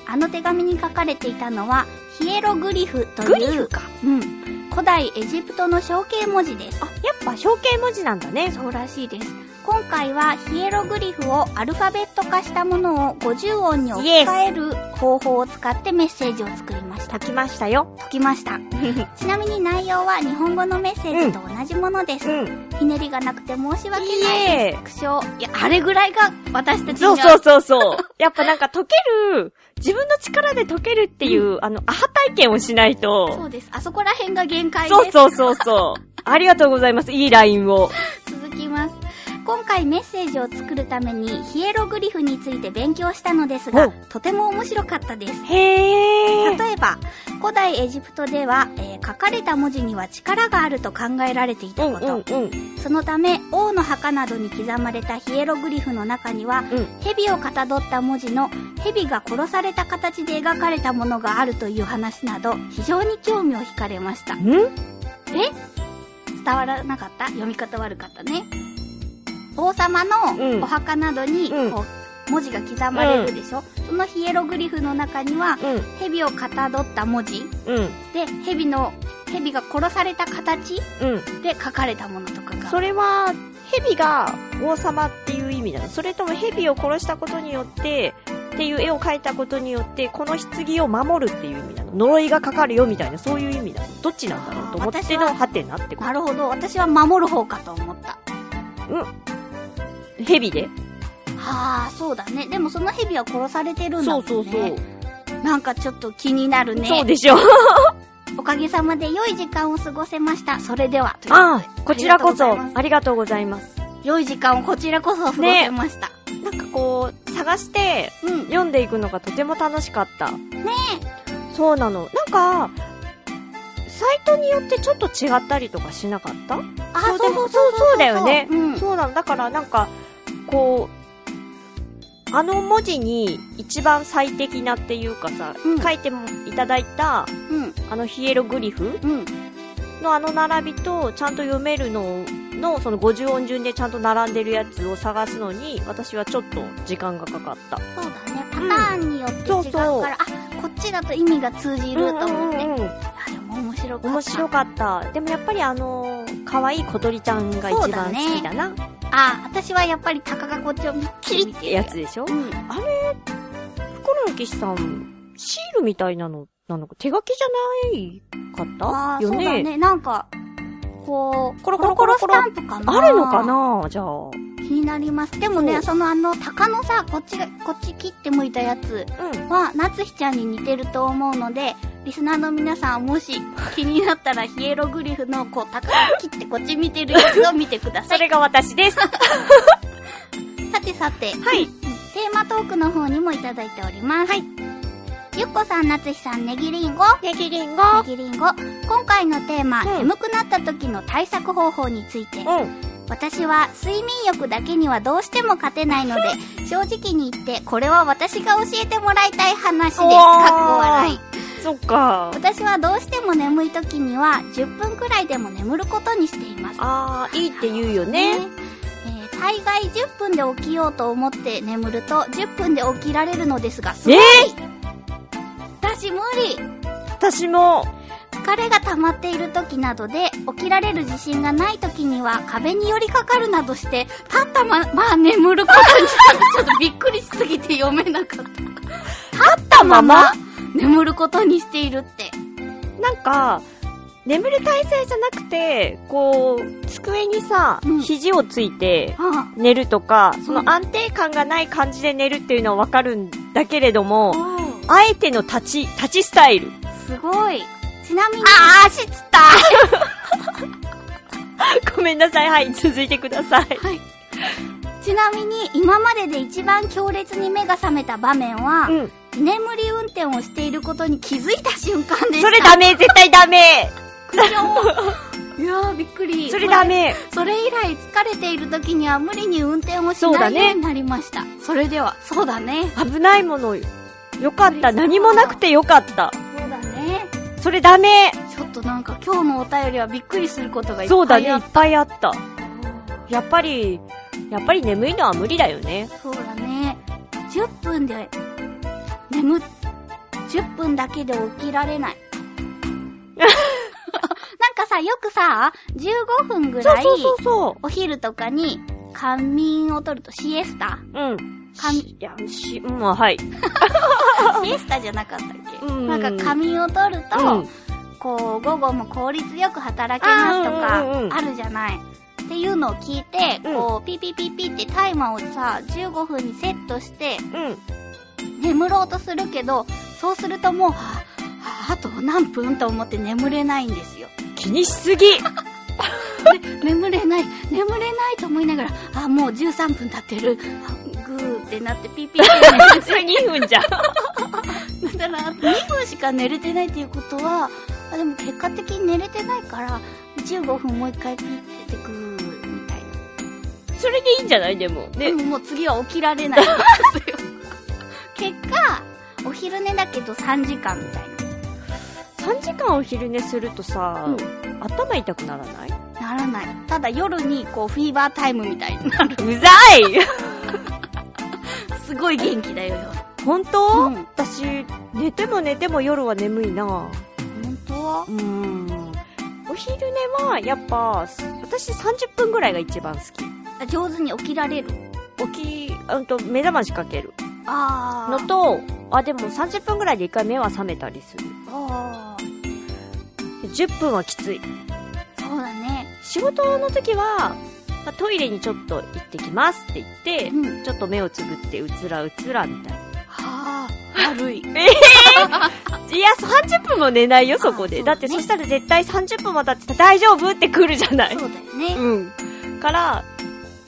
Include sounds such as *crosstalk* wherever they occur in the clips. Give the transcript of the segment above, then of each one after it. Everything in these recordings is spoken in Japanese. あの手紙に書かれていたのは、ヒエログリフという、グリフか。うん、古代エジプトの象形文字ですあ。、やっぱ象形文字なんだね。そうらしいです。今回はヒエログリフをアルファベット化したものを50音に置き換える方法を使ってメッセージを作りました。書きましたよ。解きました。ちなみに内容は日本語のメッセージと同じものです。うん。ひねりがなくて申し訳いない。いえ。苦笑。いや、あれぐらいが私たちにそうはそうそうそう。やっぱなんか解ける、自分の力で解けるっていう、あの、アハ体験をしないそと。うです。あそこら辺が限界です。そうそうそうそう。ありがとうございます。いいラインを。続きます今回メッセージを作るためにヒエログリフについて勉強したのですがおとても面白かったですへー。例えば古代エジプトでは、えー書かれた文字には力があると考えられていたうんこと、うんそのため王の墓などに刻まれたヒエログリフの中には、うん蛇をかたどった文字の蛇が殺された形で描かれたものがあるという話など非常に興味を惹かれましたうん。ん伝わらなかった読み方悪かったね王様のうんお墓などに、うんこう文字が刻まれるでしょ、そのヒエログリフの中にはうん蛇をかたどった文字うんで蛇の蛇が殺された形うん。で書かれたものとかがそれは、蛇が王様っていう意味なのそれとも蛇を殺したことによって、っていう絵を描いたことによって、この棺を守るっていう意味なの呪いがかかるよみたいな、そういう意味なのどっちなんだろうと思ってあー私はのハテナってこなるほど私は守る方かと思ったと。蛇ではあそうだねでもその蛇は殺されてるんだもそんうねそうそう。なんかちょっと気になるねそうでしょ。おかげさまで良い時間を過ごせましたそれではという *laughs* ああ、こことでちらこありがとうございそます、ありがとうございます。良い時間をこちらこそ過ごせました、なんかこう、探して、うん読んでいくのがとても楽しかった。ねえ。そうなの。なんか、サイトによってちょっと違ったりとかしなかったあそうそうでそもうそうそうだよねうん、そうなの。だからなんか、こう、あの文字に一番最適なっていうかさ、うん書いてもいただいた、うんあのヒエログリフうんのあの並びと、ちゃんと読めるのの、その50音順でちゃんと並んでるやつを探すのに、私はちょっと時間がかかった。そうだねパターンによって違うから、そうそうあこっちだと意味が通じいると思って、うんうんうんあでも面白かった面白かった。でもやっぱりあのー、可愛い小鳥ちゃんがそう一だ番ね好きだな。あ私はやっぱり鷹がこっちをキリってやつでしょうんあれ、ロの騎士さん、シールみたいなの、なのか、手書きじゃないかったあーよそうだね。ね。なんか、こう、コロコロコロコロスタンプかなあるのかなじゃあ。気になります。でもね、そうそのあの、鷹のさ、こっちが、こっち切って剥いたやつうん。は、夏日ちゃんに似てると思うので、リスナーの皆さん、もし気にな *laughs* ったら、ヒエログリフの、こう、鷹を切ってこっち見てるやつを見てくださそい。れが私です。はさてさて、 *laughs* い。テーマトークの方にもいただいております。はい。ゆっこさん、夏日さん、ねぎりんご。ネギリンゴ。ねぎりんご。今回のテーマ、うん眠くなった時の対策方法について。うん。私は睡眠欲だけにはどうしても勝てないので、正直に言って、これは私が教えてもらいたい話です。かおっーこ笑い。そっか。私はどうしても眠い時には、10分くらいでも眠ることにしています。あー、いいって言うよね。えー大概10分で起きようと思って眠ると、10分で起きられるのですが、すごい、え私無理私も、疲れが溜まっている時などで、起きられる自信がない時には壁に寄りかかるなどして、立ったま、まあ眠ることにした *laughs* ちょっとびっくりしすぎて読めなかった。立ったまま眠ることにしているって。なんか、眠る体勢じゃなくて、こう、机にさうん、肘をついては寝るとか、そうんの安定感がない感じで寝るっていうのはわかるんだけれどあ、も、あえての立ち、立ちスタイル。 *laughs* すごい。ちなみに、あー、足つったごめんなさい。はい、続いてください。ちなみに今までで一番強烈に目が覚めた場面は、うん。居眠り運転をしていることに気づいた瞬間でした。それダメ絶対ダメ苦 *laughs* 情いやーびっくり。それダメそれ以来疲れている時には無理に運転をしそうなだいねようになりました。そ,、れでは、そうだね。危ないものよ。よかった。何もなくてよかった。そうだね。それダメちょっとなんか今日のお便りはびっくりすることがいっぱいあそうだね、いっぱいあった。やっぱり、やっぱり眠いのは無理だよね。そうだね。10分で、眠っ、10分だけで起きられ *laughs* ない。なんかさ、よくさ、15分ぐそうらい、そうそうそお昼とかに仮眠を取るとシエスタう。うん。かんいや、し、うん、はい。シエスタじゃなかったっけ、うんなんか仮眠を取ると、うん。こう、午後も効率よく働けますとあーうんうんうか、んあるじゃない。っていうのを聞いて、うんこう、ピピピピってタイマーをさ、15分にセットして、うん。眠ろうとするけど、そうするともう、はぁ、はぁあと何分と思って眠れないんですよ。気にしすぎ眠れない、眠れないと思いながら、あ、もう13分経ってる。あぐーってなってピピって寝てそれ2分じゃん。だから、2分しか寝れてないっていうことは、あでも結果的に寝れてないから、15分もう一回ピッててくーみたいな。 *laughs* それでいいんじゃないでも。でもね。もう次は起きられないんですよ。 *laughs* 結果、お昼寝だけど3時間みたい3時間お昼寝するとさ、頭痛くならないな。ならない。ただ夜にこうフィーバータイムみたいになる。うざいすごい元気だよ、夜。 *laughs* 本当、うん私、寝ても寝ても夜は眠いな本当はうーん。お昼寝は、やっぱ、私30分ぐらいが一番好あ上手に起きられる。き。起き、うんと、目覚ましかける。あのと、あ、でも30分ぐらいで一回目は覚めたりする。あー10分はきつい。そうだね。仕事の時は、まあトイレにちょっと行ってきますって言っうん。て、ちょっと目をつぶってうつらうつらみたいはあ、悪い。な。いや、30分も寝ないよ、そこあで。そうだだねってそしたら絶対30分も経ってた大丈夫って来るじゃない。そうだよね。うん。から、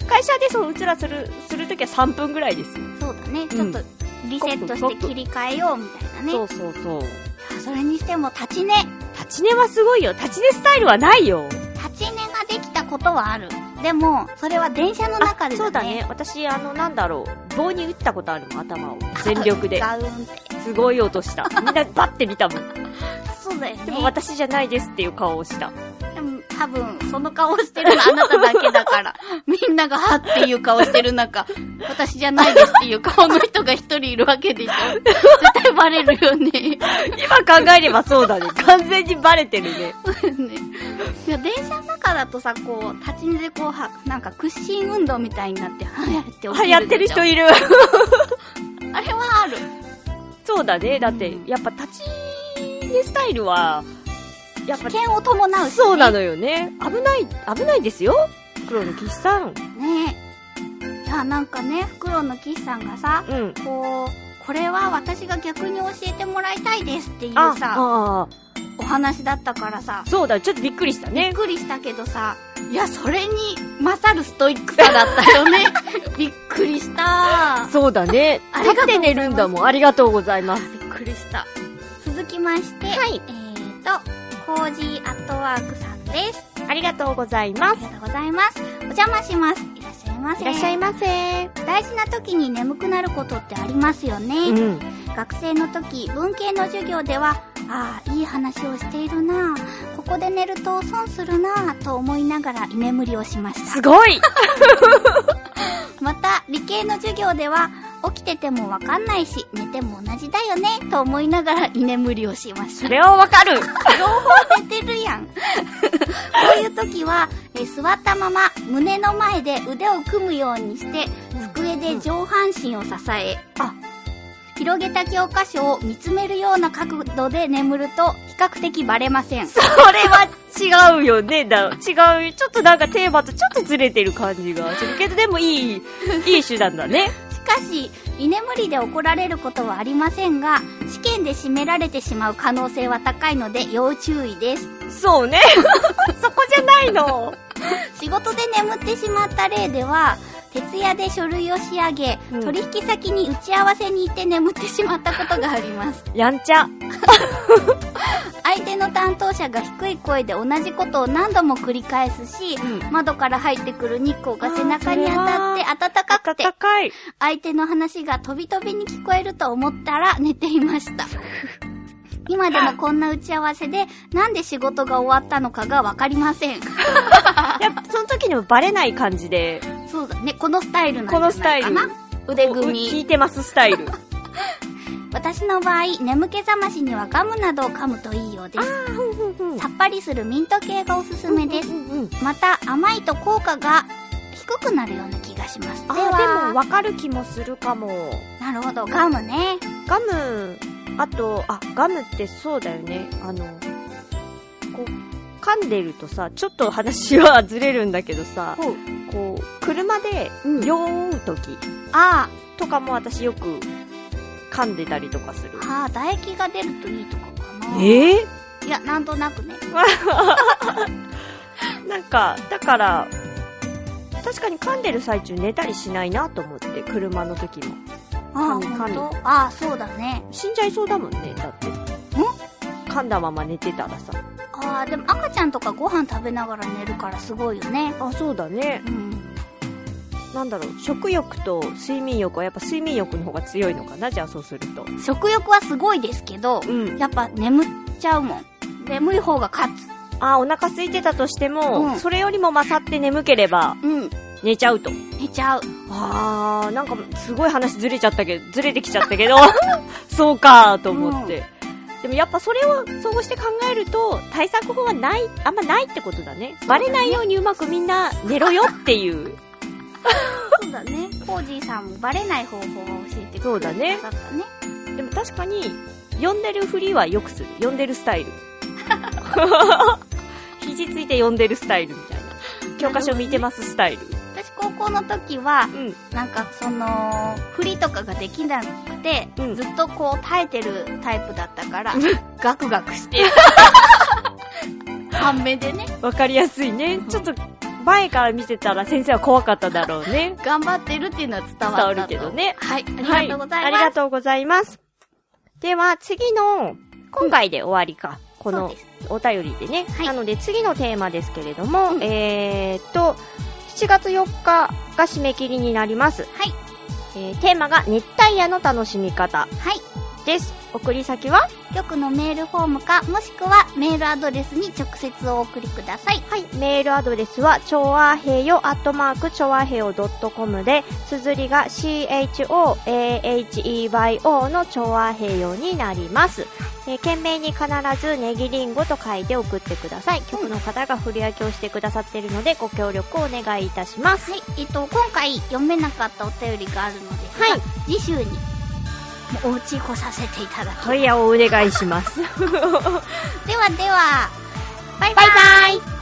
会社でそのうつらする、するときは3分ぐらいですよ。そうだね、ちょうっんとリセットコしてップ切り替えようみたいなね。そうそうそう。そそれにしても立ち寝、立ち寝はすごいよ。立ち寝スタイルはないよ。立ち寝ができたことはある。でも、それは電車の中でだね。そうだね。私、あの、なんだろう。棒に打ったことあるもん、頭を。全力で。ガウンって。すごい *laughs* 音した。みんなバッて見たもん。そうだよね。でも私じゃないですっていう顔をした。でも多分、その顔してるのあなただけだから。 *laughs* みんながはっていう顔してる中、私じゃないですっていう顔の人が一人いるわけでしょ。絶対バレるよ *laughs* ね。今考えればそ *laughs* うだね。完全にバレてるね。ねいや電車の中だとさこう立ち寝でこうはなんか屈伸運動みたいになってはやって起きるでしょあ、やってる人いる。あれはあるそうだね。だって、やっぱ立ち寝スタイルは、やっぱ危、険を伴うし、ね。そうなのよね。危ない、危ないですよ。黒の騎士さん。ねえ。いや、なんかね、袋の岸さんがさ、うん。こう、これは私が逆に教えてもらいたいですっていうあ、さ、あお話だったからさあ、、そうだ、ちょっとびっくりしたびっね。くりしたけどさ、いや、それに勝るストイックさだったよ *laughs* ね。びっくりした。そうだね。ありがとうございま立っすて寝るんだもん。ありがとうございます。びっくりした。続きまして、はいえーと、コージーアットワークさんです。ありがとうございあまり。がとうございます。お邪魔します。いらっしゃいませ。いらっしゃいませ。大事な時に眠くなることってありますよね。うん。学生の時、文系の授業では、ああ、いい話をしているなあここで寝ると損するなあと思いながら居眠りをしました。すごいまた理系の授業では起きててもわかんないし寝ても同じだよねと思いながら居眠りをしましたそれはわかる両方寝てるやんこういう時はえー座ったまま胸の前で腕を組むようにして机で上半身を支え、あ広げた教科書を見つめるような角度で眠ると比較的バレませんそれは違うよね。だ違う。ちょっとなんかテーマとちょっとずれてる感じがするけど、でもいい、いい手段だね。しかし居眠りで怒られることはありませんが試験で締められてしまう可能性は高いので要注意ですそう *laughs* ね。そこじゃないの。仕事で眠ってしまった例では徹夜で書類を仕上げ、うん取引先に打ち合わせに行って眠ってしまったことがありますやんちゃ。相手の担当者が低い声で同じことを何度も繰り返すし窓から入ってくる日光が背中に当たって暖かくて暖かい。相手の話が飛び飛びに聞こえると思ったら寝ていました。今でもこんな打ち合わせで、なんで仕事が終わったのかがわかりません。やっぱその時にもバレない感じで、そうだね、このスタイルなんじこゃなのいスタイかル。な。腕組聞み。いてますスタイ *laughs* ル。私の場合、眠気覚ましにはガムなどを噛むといいようです。さっぱりするミント系がおすすめです。また、甘いと効果が低くなるような気がします。であ、でもは、わかる気もするかも。なるほど、ガムね。ガム、あと、あ、ガムってそうだよね。あの、こう、噛んでるとさ、ちょっと話はずれるんだけどさ、ほう。こう、車でうん酔う時あとかも私よく噛んでたりとかするあ、。ああ、唾液が出るといいとかかな。えいや、なんとなくね。ーなんか、だから、確かに噛んでる最中寝たりしないなと思って、車の時も。ああ、神ほん神とああ、そうだね。死んじゃいそうだもんね、だって。噛んだまま寝てたらさ。ああ、でも赤ちゃんとかご飯食べながら寝るからすごいよね。あ、そうだね。うん。なんだろう、食欲と睡眠欲はやっぱ睡眠欲の方が強いのかな、じゃあそうすると。食欲はすごいですけど、うん。やっぱ眠っちゃうもん。眠い方が勝つ。あ、お腹空いてたとしても、うんそれよりも勝って眠ければうん。寝ちゃうと。寝ちゃう。あー、なんかすごい話ずれちゃったけど、ずれてきちゃった *laughs* けど、そうかーと思って。でもやっぱそれをそうして考えると、対策法はない、あんまないってことだね。バレないようにうまくみんな寝ろよっていう。そうだね。コージーさんもバレない方法を教えてくそうだねだ。さったね。でも確かに、呼んでるふりはよくする。呼んでる *laughs* スタイル。肘ついて呼んでるスタイルみたいな。教科書見てますスタイル。私高校の時は、うん。なんかその、振りとかができなくて、うんずっとこう耐えてるタイプだったから、 *laughs* ガクガクして。 *laughs* 半目でね、わかりやすいね。ちょっと、前から見てたら先生は怖かっただろうね。頑張ってるっていうのは伝わった伝とわるけど。ね。はい、ありがとうございます。はありがとうございます。では、次の、今回で終わりか。こそうのです。お便りでね。はいなので、次のテーマですけれども、うんえーっと、7月4日が締め切りになります。はい、えーテーマが熱帯夜の楽しみ方はい。です。送り先は局のメールフォームか、もしくはメールアドレスに直接お送りください。はい、メールアドレスは、ちょわへよ、アットマーク、ちょわへよ .com で、綴りが CHOAHEYO のちょわへよになります。えー、懸命に必ずネギリンゴと書いて送ってください。局の方が振り分けをしてくださっているので、ご協力をお願いいたします。はい、えっと、今回読めなかったお便りがあるのですが、はい次週にもうお家来させていただきはい、お願いします。ではではバイバイバイバイ